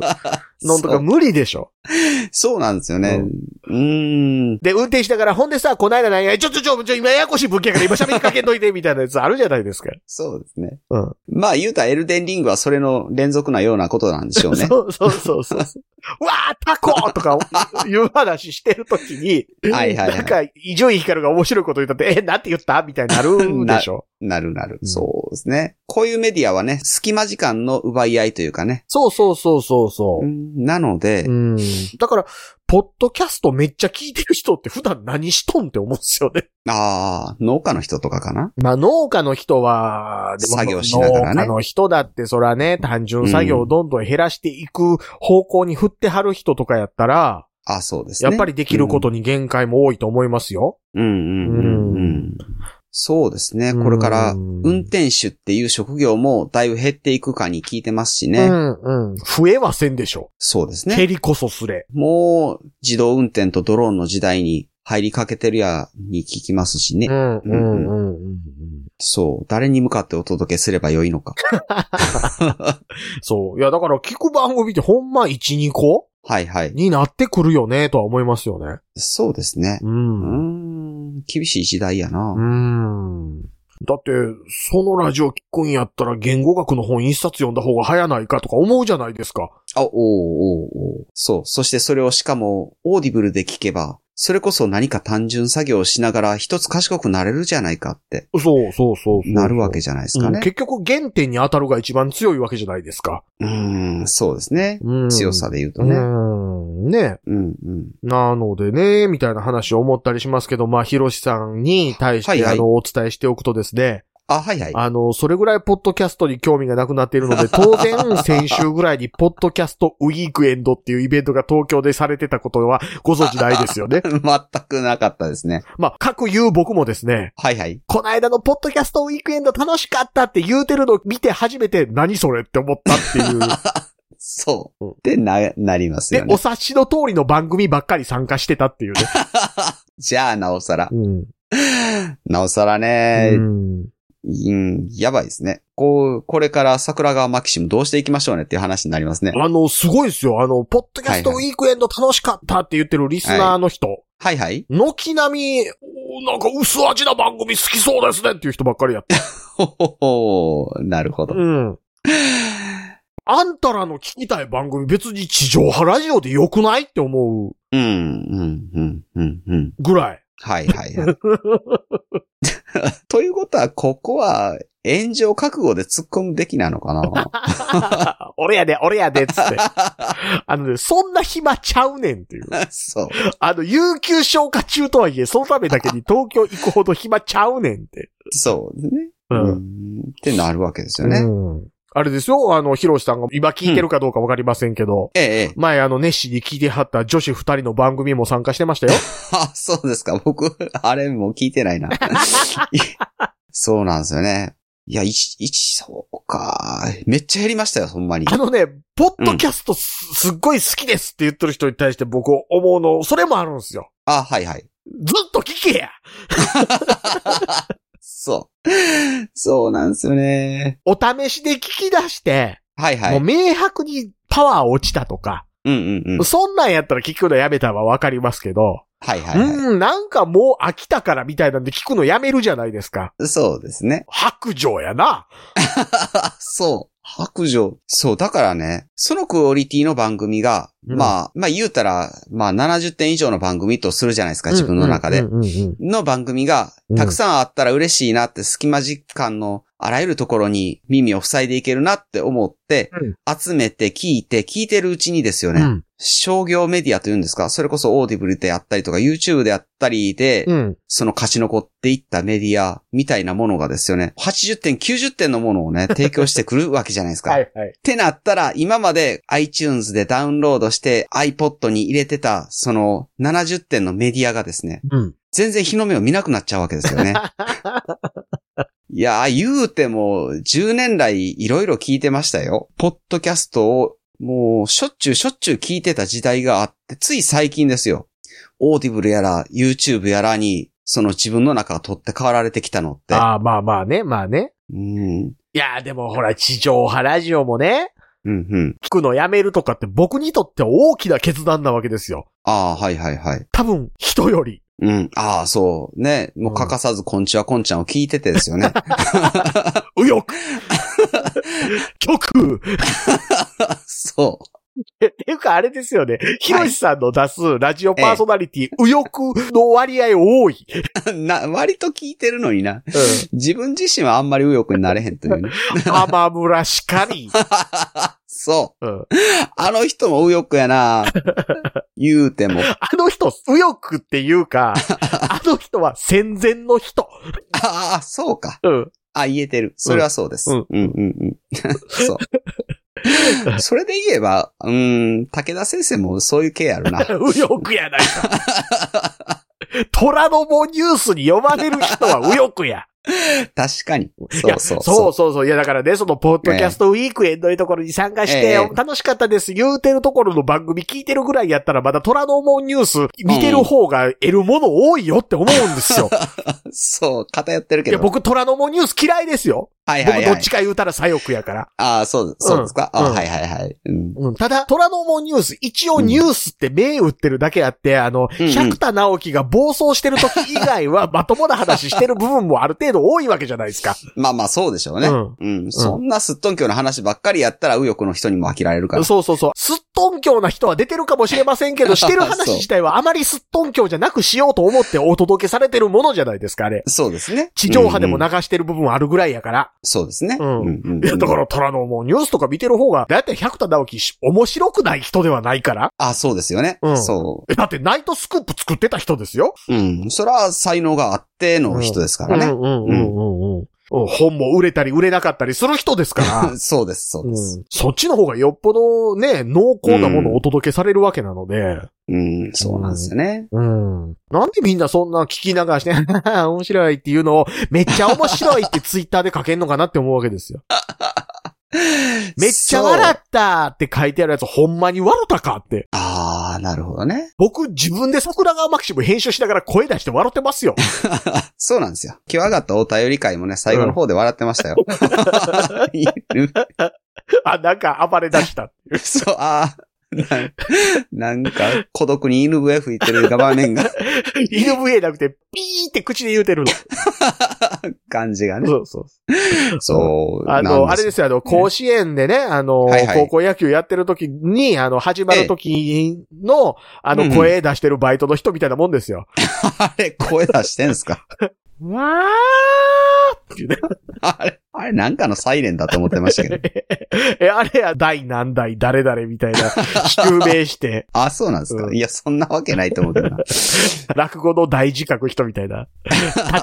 Speaker 3: の
Speaker 4: そ
Speaker 3: とか
Speaker 4: う
Speaker 3: 無理でしょ。
Speaker 4: そうなんですよね。うーん。
Speaker 3: で、運転しながら、ほんでさ、こないだ何や、ちょちょちょ、ちょ、今ややこしい物件やから今喋りかけんといて、みたいなやつあるじゃないですか。
Speaker 4: そうですね。
Speaker 3: うん。
Speaker 4: まあ言うたらエルデンリングはそれの連続なようなことなんでしょ
Speaker 3: <laughs>
Speaker 4: うね。
Speaker 3: <laughs> そうそうそうそう。うわー、タコとかいう話してるときに、
Speaker 4: はいはいはい
Speaker 3: なんか、伊集院光が面白いこと言ったって、え、なんて言ったみ <laughs> たいになるでしょ。
Speaker 4: なるなる。
Speaker 3: うん
Speaker 4: そうですね。こういうメディアはね、隙間時間の奪い合いというかね。
Speaker 3: そうそうそうそうそ
Speaker 4: うんなので、
Speaker 3: う。うん。だから、ポッドキャストめっちゃ聞いてる人って普段何しとんって思うんですよね。
Speaker 4: ああ、農家の人とかかな
Speaker 3: まあ農家の人は、でも
Speaker 4: 作業しながらね
Speaker 3: 農家の人だってそらね、単純作業をどんどん減らしていく方向に振ってはる人とかやったら、
Speaker 4: あそうです
Speaker 3: や
Speaker 4: ね。
Speaker 3: っぱりできることに限界も多いと思いますよ。
Speaker 4: うんうんうんう。
Speaker 3: うん
Speaker 4: そうですね。これから、
Speaker 3: うん
Speaker 4: 運転手っていう職業もだいぶ減っていくかに聞いてますし
Speaker 3: う
Speaker 4: ね。
Speaker 3: んうん。増えはせんでしょ。
Speaker 4: そうですね。
Speaker 3: 減りこそすれ。
Speaker 4: もう、自動運転とドローンの時代に入りかけてるやに聞きますしね。
Speaker 3: んうんんうん。
Speaker 4: そう。誰に向かってお届けすればよいの
Speaker 3: <laughs>
Speaker 4: か。
Speaker 3: そう。いや、だから聞く番組ってほんま1、2個
Speaker 4: はいはい。
Speaker 3: になってくるよね、とは思いますよね。
Speaker 4: そうですね。
Speaker 3: う。
Speaker 4: うんん。厳しい時代やな。
Speaker 3: うん。だって、そのラジオ聞くんやったら言語学の本一冊読んだ方が早ないかとか思うじゃないですか。
Speaker 4: あ、おうおうおうそう。そしてそれをしかも、オーディブルで聞けば、それこそ何か単純作業をしながら一つ賢くなれるじゃないかって、
Speaker 3: そうそうそうそう
Speaker 4: なるわけじゃないですか
Speaker 3: うん
Speaker 4: ね。
Speaker 3: 結局原点に当たるが一番強いわけじゃないですか。
Speaker 4: うん、そうですね。
Speaker 3: うん
Speaker 4: 強さで言うとね。。
Speaker 3: ねね
Speaker 4: うん、うん。
Speaker 3: なのでね、みたいな話を思ったりしますけど、まあ、ヒロシさんに対して、
Speaker 4: はいはい
Speaker 3: あの、お伝えしておくとですね、
Speaker 4: あ、はいはい。
Speaker 3: あの、それぐらいポッドキャストに興味がなくなっているので、当然、先週ぐらいに、ポッドキャストウィークエンドっていうイベントが東京でされてたことはご存知ないですよ
Speaker 4: <laughs>
Speaker 3: ね。
Speaker 4: <laughs> 全くなかったですね。
Speaker 3: まあ、各言う僕もですね、
Speaker 4: はいはい。
Speaker 3: この間のポッドキャストウィークエンド楽しかったって言うてるのを見て初めて、何それって思ったっていう。
Speaker 4: <laughs> そう
Speaker 3: うん。
Speaker 4: で、な、なります
Speaker 3: で、
Speaker 4: よ
Speaker 3: お
Speaker 4: ね。
Speaker 3: 察しの通りの番組ばっかり参加してたっていうね。
Speaker 4: じゃあ、なおさら。 <laughs>
Speaker 3: うん。
Speaker 4: なおさら
Speaker 3: う
Speaker 4: ね、
Speaker 3: ん
Speaker 4: うん、やばいですね。こう、これから桜川マキシムどうしていきましょうねっていう話になりますね。
Speaker 3: あの、すごいですよ。あの、ポッドキャストウィークエンド楽しかったって言ってるリスナーの人、
Speaker 4: はいはい。
Speaker 3: 軒並み、おーなんか薄味な番組好きそうですねっていう人ばっかりやって。
Speaker 4: ほほほなるほど。
Speaker 3: ん。あんたらの聞きたい番組別に地上波ラジオで良くないって思う
Speaker 4: うん、うん、うん、うん、うん。
Speaker 3: ぐらい。
Speaker 4: はいはいはい。 <laughs> ということは、ここは炎上覚悟で突っ込むべきなのかな
Speaker 3: 俺やで、俺やで、つ <laughs> って。あのね、そんな暇ちゃうねんっていう。 <laughs>
Speaker 4: そう。
Speaker 3: あの、有給消化中とはいえ、そのためだけ <laughs> に東京行くほど暇ちゃうねんって。
Speaker 4: そうですね。うんってなるわけですよね。
Speaker 3: うんあれですよ、あの、ヒロシさんが今聞いてるかどうかわかりませんけど、
Speaker 4: ええ、ええ。
Speaker 3: 前あの、熱心に聞いてはった女子二人の番組も参加してましたよ。
Speaker 4: <laughs> あ、そうですか。僕、あれも聞いてない
Speaker 3: <laughs>
Speaker 4: な。そうなんですよね。いや、一、一、そうか。めっちゃ減りましたよ、ほんまに
Speaker 3: <laughs> あ。のね、ポッドキャストす,、っごい好きですって言ってる人に対して僕思うの、それもあるんですよ。
Speaker 4: あ、はいはい。
Speaker 3: ずっと聞けや
Speaker 4: そう。そうなんですよね。
Speaker 3: お試しで聞き出して、
Speaker 4: はいは
Speaker 3: もう
Speaker 4: い。
Speaker 3: 明白にパワー落ちたとか、
Speaker 4: うんうんうん。
Speaker 3: そんなんやったら聞くのやめたはわかりますけど、
Speaker 4: はいはいは
Speaker 3: うん、なんかもう飽きたからみたいなんで聞くのやめるじゃないですか。
Speaker 4: い。そうですね。 <laughs>
Speaker 3: 白状やな。
Speaker 4: あ、そう。白状。そう、だからね、そのクオリティの番組が、
Speaker 3: うん
Speaker 4: まあ、まあ言うたら、まあ70点以上の番組とするじゃないですか、自分の中で。
Speaker 3: うんうんうんうん
Speaker 4: の番組が
Speaker 3: うん
Speaker 4: たくさんあったら嬉しいなって隙間時間のあらゆるところに耳を塞いでいけるなって思って、集めて聞いて、聞いてるうちにですよね、
Speaker 3: うん
Speaker 4: 商業メディアというんですか、それこそオーディブルであったりとか YouTube であったりで、
Speaker 3: うん。
Speaker 4: その勝ち残っていったメディアみたいなものがですよね、80点、90点のものをね、提供してくるわけじゃないですか。
Speaker 3: はいはい
Speaker 4: っ。てなったら、今まで iTunes でダウンロードして iPod に入れてた、その70点のメディアがですね、
Speaker 3: うん。
Speaker 4: 全然日の目を見なくなっちゃうわけですよね。いやー、言うても、10年来いろいろ聞いてましたよ。ポッドキャストをもう、しょっちゅうしょっちゅう聞いてた時代があって、つい最近ですよ。オーディブルやら、YouTube やらに、その自分の中が取って代わられてきたのって。
Speaker 3: ああ、まあまあね、まあね。
Speaker 4: うん。
Speaker 3: いやーでもほら、地上波ラジオもね、
Speaker 4: うんうん。
Speaker 3: 聞くのやめるとかって僕にとって大きな決断なわけですよ。
Speaker 4: ああ、はいはいはい。
Speaker 3: 多分、人より。
Speaker 4: うん。ああ、そう。ね。もう欠かさず、こんちはこんちゃんを聞いててですよね。
Speaker 3: 右翼曲
Speaker 4: <laughs> そ
Speaker 3: っていうかあれですよね。ひろしさんの出すラジオパーソナリティ、右翼の割合多い。
Speaker 4: う。 <laughs> な、割と聞いてるのにな。自分自身はあんまり右翼になれへんというね。
Speaker 3: 浜村しかり。
Speaker 4: そ
Speaker 3: うん
Speaker 4: う。あの人も右翼や
Speaker 3: <laughs>
Speaker 4: な言うても。
Speaker 3: あの人、右翼っていうか、あの人は戦前の人。
Speaker 4: ああ、そうか。
Speaker 3: うん。
Speaker 4: あ、言えてる。それはそうです。
Speaker 3: う
Speaker 4: うんん、うん、うん。 <laughs>
Speaker 3: <laughs>
Speaker 4: そう。それで言えば、うーん、武田先生もそういう系やるな。
Speaker 3: 右翼やないか。虎ノ門ニュースに呼ばれる人は右翼や。
Speaker 4: 確かに。
Speaker 3: い
Speaker 4: そ
Speaker 3: や
Speaker 4: うそう
Speaker 3: そう
Speaker 4: そう。
Speaker 3: そうそう。いや、だからね、その、ポッドキャストウィークエンドいうところに参加して、
Speaker 4: ええ
Speaker 3: 楽しかったです、言うてるところの番組聞いてるぐらいやったら、まだ虎ノ門ニュース見てる方が得るもの多いよって思うんですよ。
Speaker 4: そう、偏ってる <laughs>
Speaker 3: い
Speaker 4: け
Speaker 3: や、
Speaker 4: ど。
Speaker 3: 僕虎ノ門ニュース嫌いですよ。
Speaker 4: はいは
Speaker 3: 僕
Speaker 4: い
Speaker 3: ど
Speaker 4: は
Speaker 3: っ
Speaker 4: い
Speaker 3: ち。か言うたら左翼やから。
Speaker 4: ああ、そう、そうですか。
Speaker 3: うん
Speaker 4: あ
Speaker 3: うん
Speaker 4: はいはいはい。うん。
Speaker 3: うん、ただ、虎ノ門ニュース、一応ニュースって銘打ってるだけあって、あの、
Speaker 4: うんうん
Speaker 3: 百田直樹が暴走してる時以外は、まともな話してる部分もある程度多いわけじゃないですか。
Speaker 4: まあまあ、 <laughs> そうでしょうね。
Speaker 3: うん
Speaker 4: うん。そんなすっとんきょうの話ばっかりやったら、右翼の人にも飽きられるから。
Speaker 3: そうそうそう。すっとんきょうな人は出てるかもしれませんけ <laughs> ど、してる話
Speaker 4: そう
Speaker 3: 自体はあまりすっとんきょうじゃなくしようと思ってお届けされてるものじゃないですか、あれ。
Speaker 4: そうですね。
Speaker 3: 地上波でも
Speaker 4: な
Speaker 3: 流してる部分あるぐらいやから。
Speaker 4: そうですね。
Speaker 3: うん
Speaker 4: うんうん
Speaker 3: いや、だから、虎のもうニュースとか見てる方が、だいたい百田直樹し面白くない人ではないから。
Speaker 4: あ、そうですよね。
Speaker 3: うん
Speaker 4: そ
Speaker 3: えだって、ナイトスクープ作ってた人ですよ。
Speaker 4: う。うん。それは才能があっての人ですからね。
Speaker 3: うんうんうんうん。本も売れたり売れなかったりする人ですか
Speaker 4: <laughs>
Speaker 3: ら。
Speaker 4: そうです、そう
Speaker 3: う
Speaker 4: で
Speaker 3: ん
Speaker 4: す。、
Speaker 3: そっちの方がよっぽどね、濃厚なものをお届けされるわけなので、
Speaker 4: うん、そうなんですよね。
Speaker 3: うん。なんでみんなそんな聞き流して、 <laughs> 面白いっていうのを、めっちゃ面白いってツイッターで書けんのかなって思うわけですよ。めっちゃ笑
Speaker 4: そう
Speaker 3: ったって書いてあるやつ、ほんまに笑ったかって。
Speaker 4: ああ、なるほどね。
Speaker 3: 僕、自分で桜川マキシム編集しながら声出して笑ってます <laughs> よ。
Speaker 4: そうなんですよ。際がったお便り会もね、最後の方で笑ってましたよ。 <laughs>
Speaker 3: あ、なんか暴れ出した。
Speaker 4: そう、ああ。なんなんか、孤独に犬笛吹いてる画面が、
Speaker 3: 犬笛なくて、ピーって口で言うてるの。
Speaker 4: 感じがね。
Speaker 3: そうそう。
Speaker 4: そう。。
Speaker 3: あの、あれですすよ、あの、甲子園でね、あの、
Speaker 4: はいはい
Speaker 3: 高校野球やってる時に、あの、始まる時の、あ
Speaker 4: うん
Speaker 3: の、
Speaker 4: うん
Speaker 3: 声出してるバイトの人みたいなもんですよ。
Speaker 4: あれ、声出してんすか
Speaker 3: わーってね。
Speaker 4: あれ、あれなんかのサイレンだと思ってましたけど。
Speaker 3: え、あれや、第何代誰々みたいな、宿命して、
Speaker 4: あ、そうなんですか、
Speaker 3: うん
Speaker 4: いや、そんなわけないと思うけど
Speaker 3: <laughs>
Speaker 4: な。
Speaker 3: 落語の大字書く人みたいな、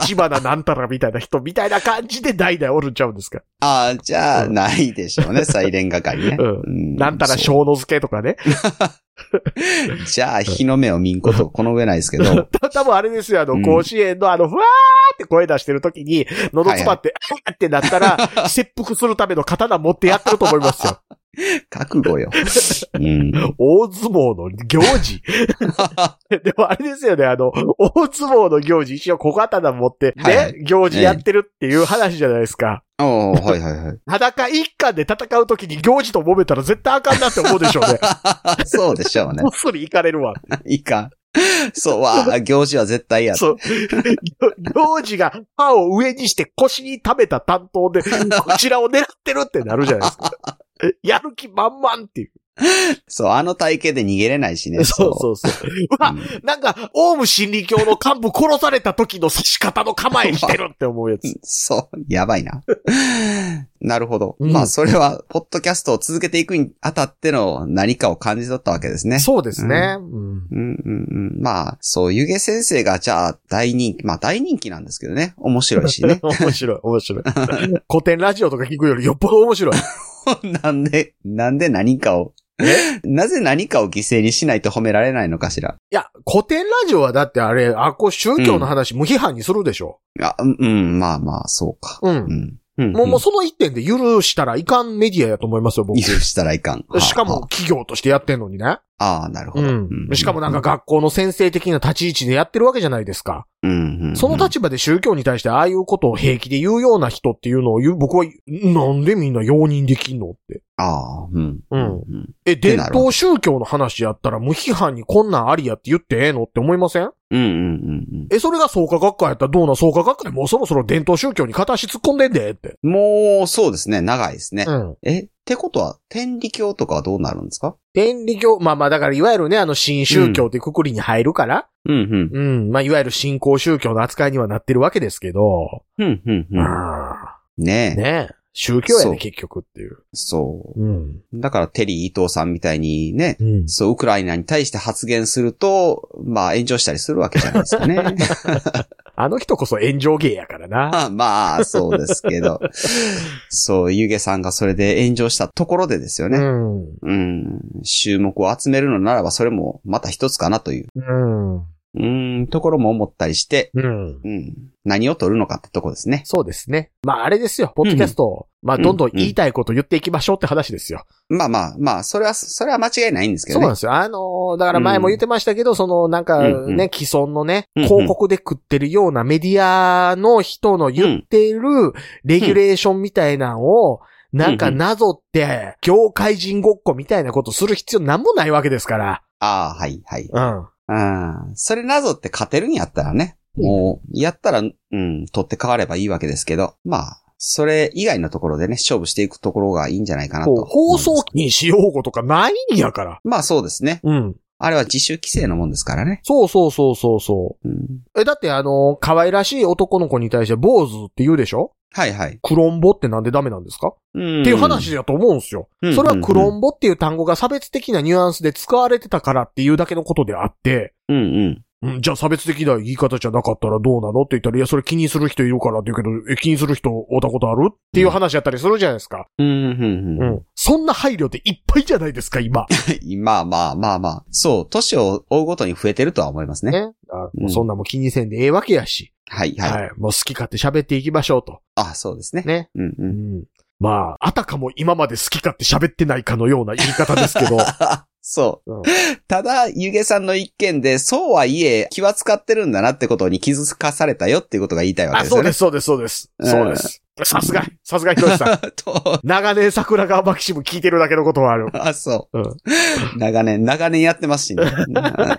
Speaker 3: 立花なんたらみたいな人みたいな感じで代々おるんちゃうんですか。
Speaker 4: ああ、じゃあ、
Speaker 3: うん
Speaker 4: ないでしょうね、サイレン係ね。
Speaker 3: う
Speaker 4: うん
Speaker 3: なんたら
Speaker 4: そう
Speaker 3: 小之助とかね。
Speaker 4: じゃあ、日の目を見んこと、この上ないですけど。
Speaker 3: 多分あれですよ、あ
Speaker 4: う
Speaker 3: の、
Speaker 4: ん
Speaker 3: 甲子園のあの、ふわーって声出してる時に、喉詰まって、あーってなったら、切腹するための刀持ってやってると思いますよ。
Speaker 4: 覚悟よ。うん。
Speaker 3: 大相撲の行
Speaker 4: <laughs>
Speaker 3: 事。でもあれですよね、あの、大相撲の行事、一応小刀持って、ね、
Speaker 4: はいは
Speaker 3: 行事やってるっていう話じゃないですか。
Speaker 4: おー、はいはいはい。
Speaker 3: 裸一貫で戦う時に行事と揉めたら絶対あかんなって思うでしょうね。
Speaker 4: そうでしょうね
Speaker 3: こっ。そり行かれるわ。
Speaker 4: いかん。そう、わあ、行事は絶対や。
Speaker 3: そう。行事が歯を上にして腰に溜めた担当で、こちらを狙ってるってなるじゃないですか。 <laughs> やる気満々っていう。
Speaker 4: そう、あの体型で逃げれないしね。
Speaker 3: そうそうそう。う
Speaker 4: う
Speaker 3: わ、
Speaker 4: ん
Speaker 3: なんか、オウム真理教の幹部殺された時の刺し方の構えしてるって思うやつ。
Speaker 4: そう、やばいな。 <laughs> なるほど。
Speaker 3: うん
Speaker 4: まあ、それは、ポッドキャストを続けていくにあたっての何かを感じ取ったわけですね。
Speaker 3: そうですね。うん。
Speaker 4: うんうんうん。まあ、そう、ゆげ先生が、じゃあ、大人気、まあ、大人気なんですけどね。面白いしね
Speaker 3: 面白い、面白 <laughs> い。古典ラジオとか聞くよりよっぽど面白い。
Speaker 4: <laughs> なんで、なんで何かを、なぜ何かを犠牲にしないと褒められないのかしら。
Speaker 3: いや、古典ラジオはだってあれ、あ、こう宗教の話無批判にするでしょ。
Speaker 4: あ、うんうん、まあまあ、そうか。
Speaker 3: うん
Speaker 4: うん。うん
Speaker 3: もう、もう
Speaker 4: そ
Speaker 3: その一点で許したらいかんメディアやと思いますよ、僕。
Speaker 4: <laughs> したらいかん。
Speaker 3: しか
Speaker 4: は
Speaker 3: も企業としてやってんのにね。
Speaker 4: あ、はああー、なるほ
Speaker 3: う
Speaker 4: ど。
Speaker 3: ん。しかもなんか、学校の先生的な立ち位置でやってるわけじゃないですか。
Speaker 4: うんうん、
Speaker 3: その立場で宗教に対してああいうことを平気で言うような人っていうのを言う、僕は、なんでみんな容認できんのって。
Speaker 4: ああ、うん。
Speaker 3: うん
Speaker 4: うん。
Speaker 3: え、
Speaker 4: て
Speaker 3: 伝
Speaker 4: なる
Speaker 3: 統宗教の話やったら無批判にこんなんありやって言ってええのって思いません
Speaker 4: うんうんうん
Speaker 3: え、それが創価学会やったらどうなん創価学会もうそろそろ伝統宗教に片足突っ込んでんでって。
Speaker 4: うん。もう、そうですね。長いですね。
Speaker 3: うん。
Speaker 4: え、ってことは、天理教とかはどうなるんですか
Speaker 3: 天理教、まあまあだからいわゆるね、あの新宗教ってくくりに入るから、
Speaker 4: うんうん。
Speaker 3: うん、まあいわゆる新興宗教の扱いにはなってるわけですけど、
Speaker 4: うんうん
Speaker 3: う
Speaker 4: うんん。ねえ。
Speaker 3: ねえ宗教や
Speaker 4: そう
Speaker 3: ね、結局っていう。
Speaker 4: そ
Speaker 3: うん。
Speaker 4: う。だから、テリー伊藤さんみたいにね、
Speaker 3: うん。
Speaker 4: そう、ウクライナに対して発言すると、まあ、炎上したりするわけじゃないですか
Speaker 3: <laughs>
Speaker 4: ね。 <laughs>
Speaker 3: あの人こそ炎上芸やからな。
Speaker 4: まあまあ、そうですけど。そう、ゆげさんがそれで炎上したところでですよ
Speaker 3: う
Speaker 4: ね。
Speaker 3: ん。
Speaker 4: うん。注目を集めるのならば、それもまた一つかなという、
Speaker 3: うん。
Speaker 4: うん、ところも思ったりして、
Speaker 3: うん。
Speaker 4: うん。何を取るのかってとこですね。
Speaker 3: そうですね。まああれですよ、ポッドキャストを、まあどんどん言いたいこと言っていきましょうって話ですよ。
Speaker 4: まあまあ、まあ、それは、それは間違いないんですけ
Speaker 3: そ
Speaker 4: ど
Speaker 3: う
Speaker 4: ね。
Speaker 3: なんですよ。あのーだから前も言ってましたけど、そのなんかね、
Speaker 4: うんうん
Speaker 3: 既存のね、
Speaker 4: うんうん
Speaker 3: 広告で食ってるようなメディアの人の言ってるレギュレーションみたいなのを、なんかなぞって、業界人ごっこみたいなことする必要なんもないわけですから。
Speaker 4: ああ、はい、はい。
Speaker 3: うん。
Speaker 4: うん。それなぞって勝てるんやったらね。もう、やったら、うん、取って代わればいいわけですけど、まあ、それ以外のところでね、勝負していくところがいいんじゃないかなと
Speaker 3: こう
Speaker 4: 思います。
Speaker 3: 放送禁止用語とかないんやから。
Speaker 4: まあそうですね。
Speaker 3: うん。
Speaker 4: あれは自主規制のもんですからね。
Speaker 3: そうそうそうそうそ
Speaker 4: うん、
Speaker 3: う。え、だってあのー可愛らしい男の子に対して坊主って言うでしょ
Speaker 4: はいはい。
Speaker 3: クロンボってなんでダメなんですかっ
Speaker 4: うん
Speaker 3: ていう話だと思うんですよ。
Speaker 4: うん
Speaker 3: それはクロンボっていう単語が差別的なニュアンスで使われてたからっていうだけのことであって、
Speaker 4: うんうん。
Speaker 3: うん、じゃあ差別的な言い方じゃなかったらどうなのって言ったら、いや、それ気にする人いるからって言うけど、え、気にする人おったことあるっていう話やったりするじゃないですか。
Speaker 4: うんうん
Speaker 3: う
Speaker 4: うん
Speaker 3: ん。そんな配慮っていっぱいじゃないですか、今。
Speaker 4: <laughs> まあまあまあまあ。そう、年を追うごとに増えてるとは思いますね。
Speaker 3: ね。あ
Speaker 4: うん
Speaker 3: もうそんなもん気にせんでええわけやし。
Speaker 4: はいはい。
Speaker 3: はい。もう好き勝手喋っていきましょうと。
Speaker 4: あ、そうですね。
Speaker 3: ね。
Speaker 4: うんう。
Speaker 3: うんん。まあ、あたかも今まで好き勝手喋ってないかのような言い方ですけど。
Speaker 4: <laughs> そう。
Speaker 3: うん
Speaker 4: ただ、ゆげさんの一件で、そうはいえ、気は使ってるんだなってことに気づかされたよっていうことが言いたいわけ
Speaker 3: あ、
Speaker 4: です
Speaker 3: そ
Speaker 4: よ
Speaker 3: うで
Speaker 4: ね。
Speaker 3: す、そうです、そうです。
Speaker 4: うん
Speaker 3: そうです。さすが、さすがひろ
Speaker 4: <laughs>
Speaker 3: しさん。
Speaker 4: と
Speaker 3: 長年桜川マキシム聞いてるだけのことはある。
Speaker 4: あ、そう、
Speaker 3: うん
Speaker 4: 長年、長年やってます
Speaker 3: <laughs>
Speaker 4: しね。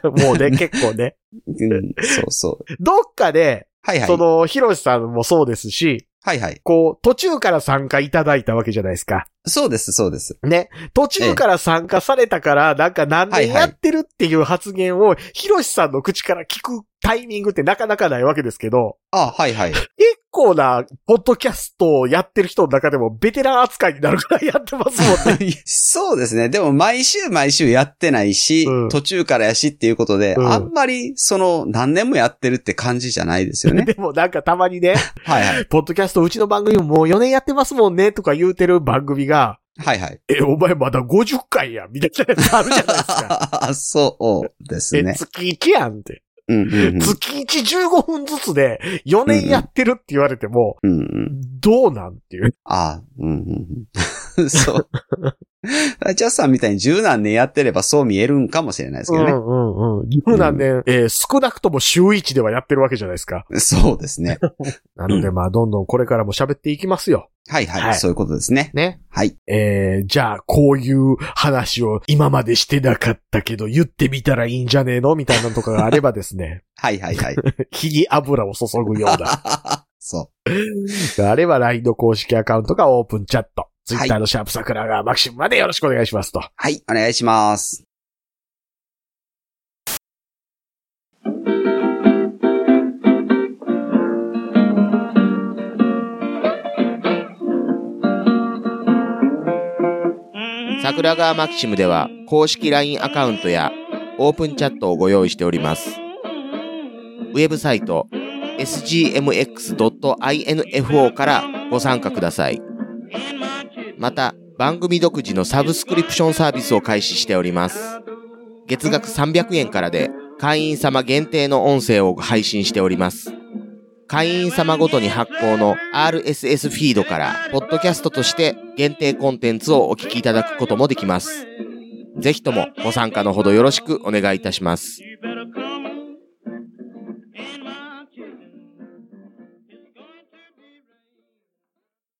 Speaker 3: も
Speaker 4: <laughs>
Speaker 3: うね、結構ね。
Speaker 4: うん、そうそう。
Speaker 3: どっかで、
Speaker 4: はいはい
Speaker 3: そ。の、ひろしさんもそうですし、
Speaker 4: はいはい。
Speaker 3: こう、途中から参加いただいたわけじゃないですか。
Speaker 4: そうです、そうです。
Speaker 3: ね。途中から参加されたから、なんか何年やってるっていう発言を、ひろしさんの口から聞くタイミングってなかなかないわけですけど、
Speaker 4: あ、はいはい。 <laughs>
Speaker 3: 結構な、ポッドキャストをやってる人の中でも、ベテラン扱いになるくらいやってますもんね。
Speaker 4: <laughs> そうですね。でも、毎週毎週やってないし、
Speaker 3: うん
Speaker 4: 途中からやしっていうことで、
Speaker 3: うん
Speaker 4: あんまり、その、何年もやってるって感じじゃないですよね。
Speaker 3: でもなんかたまにね、
Speaker 4: はいはい。
Speaker 3: ポッドキャストうちの番組ももう4年やってますもんね、とか言うてる番組が、
Speaker 4: はいはい。
Speaker 3: え、お前まだ50回や、みたいなやつあるじゃないですか。
Speaker 4: <laughs> そうです
Speaker 3: え、
Speaker 4: ね。
Speaker 3: 月1やんって。
Speaker 4: うんうんうん
Speaker 3: 月115分ずつで4年やってるって言われても、
Speaker 4: うんうん。
Speaker 3: どうなんっていう。
Speaker 4: あうんうんうん。 <laughs> そう。ジャスさんみたいに十何年やってればそう見えるんかもしれないですけどね。
Speaker 3: んうん。十何年、えー少なくとも週1ではやってるわけじゃないですか。
Speaker 4: そうですね。
Speaker 3: なのでまあ、どんどんこれからも喋っていきますよ。
Speaker 4: はいはい、
Speaker 3: はい
Speaker 4: そういうことですね。
Speaker 3: ね。
Speaker 4: はい。
Speaker 3: えー、じゃあ、こういう話を今までしてなかったけど、言ってみたらいいんじゃねえのみたいなのとかがあればですね。
Speaker 4: はいはいはい。
Speaker 3: 火に油を注ぐような。
Speaker 4: そ
Speaker 3: あれば LINE の公式アカウントかオープンチャット。
Speaker 4: い
Speaker 3: Twitter のシャープ桜川マキシムまでよろしくお願いしますと。
Speaker 4: う。はい、お願いします。
Speaker 5: 桜川マキシムでは公式 LINE アカウントやオープンチャットをご用意しております。ウェブサイト sgmx.info からご参加ください。また番組独自のサブスクリプションサービスを開始しております。月額300円からで会員様限定の音声を配信しております。会員様ごとに発行の RSS フィードから、ポッドキャストとして限定コンテンツをお聞きいただくこともできます。ぜひともご参加のほどよろしくお願いいたします。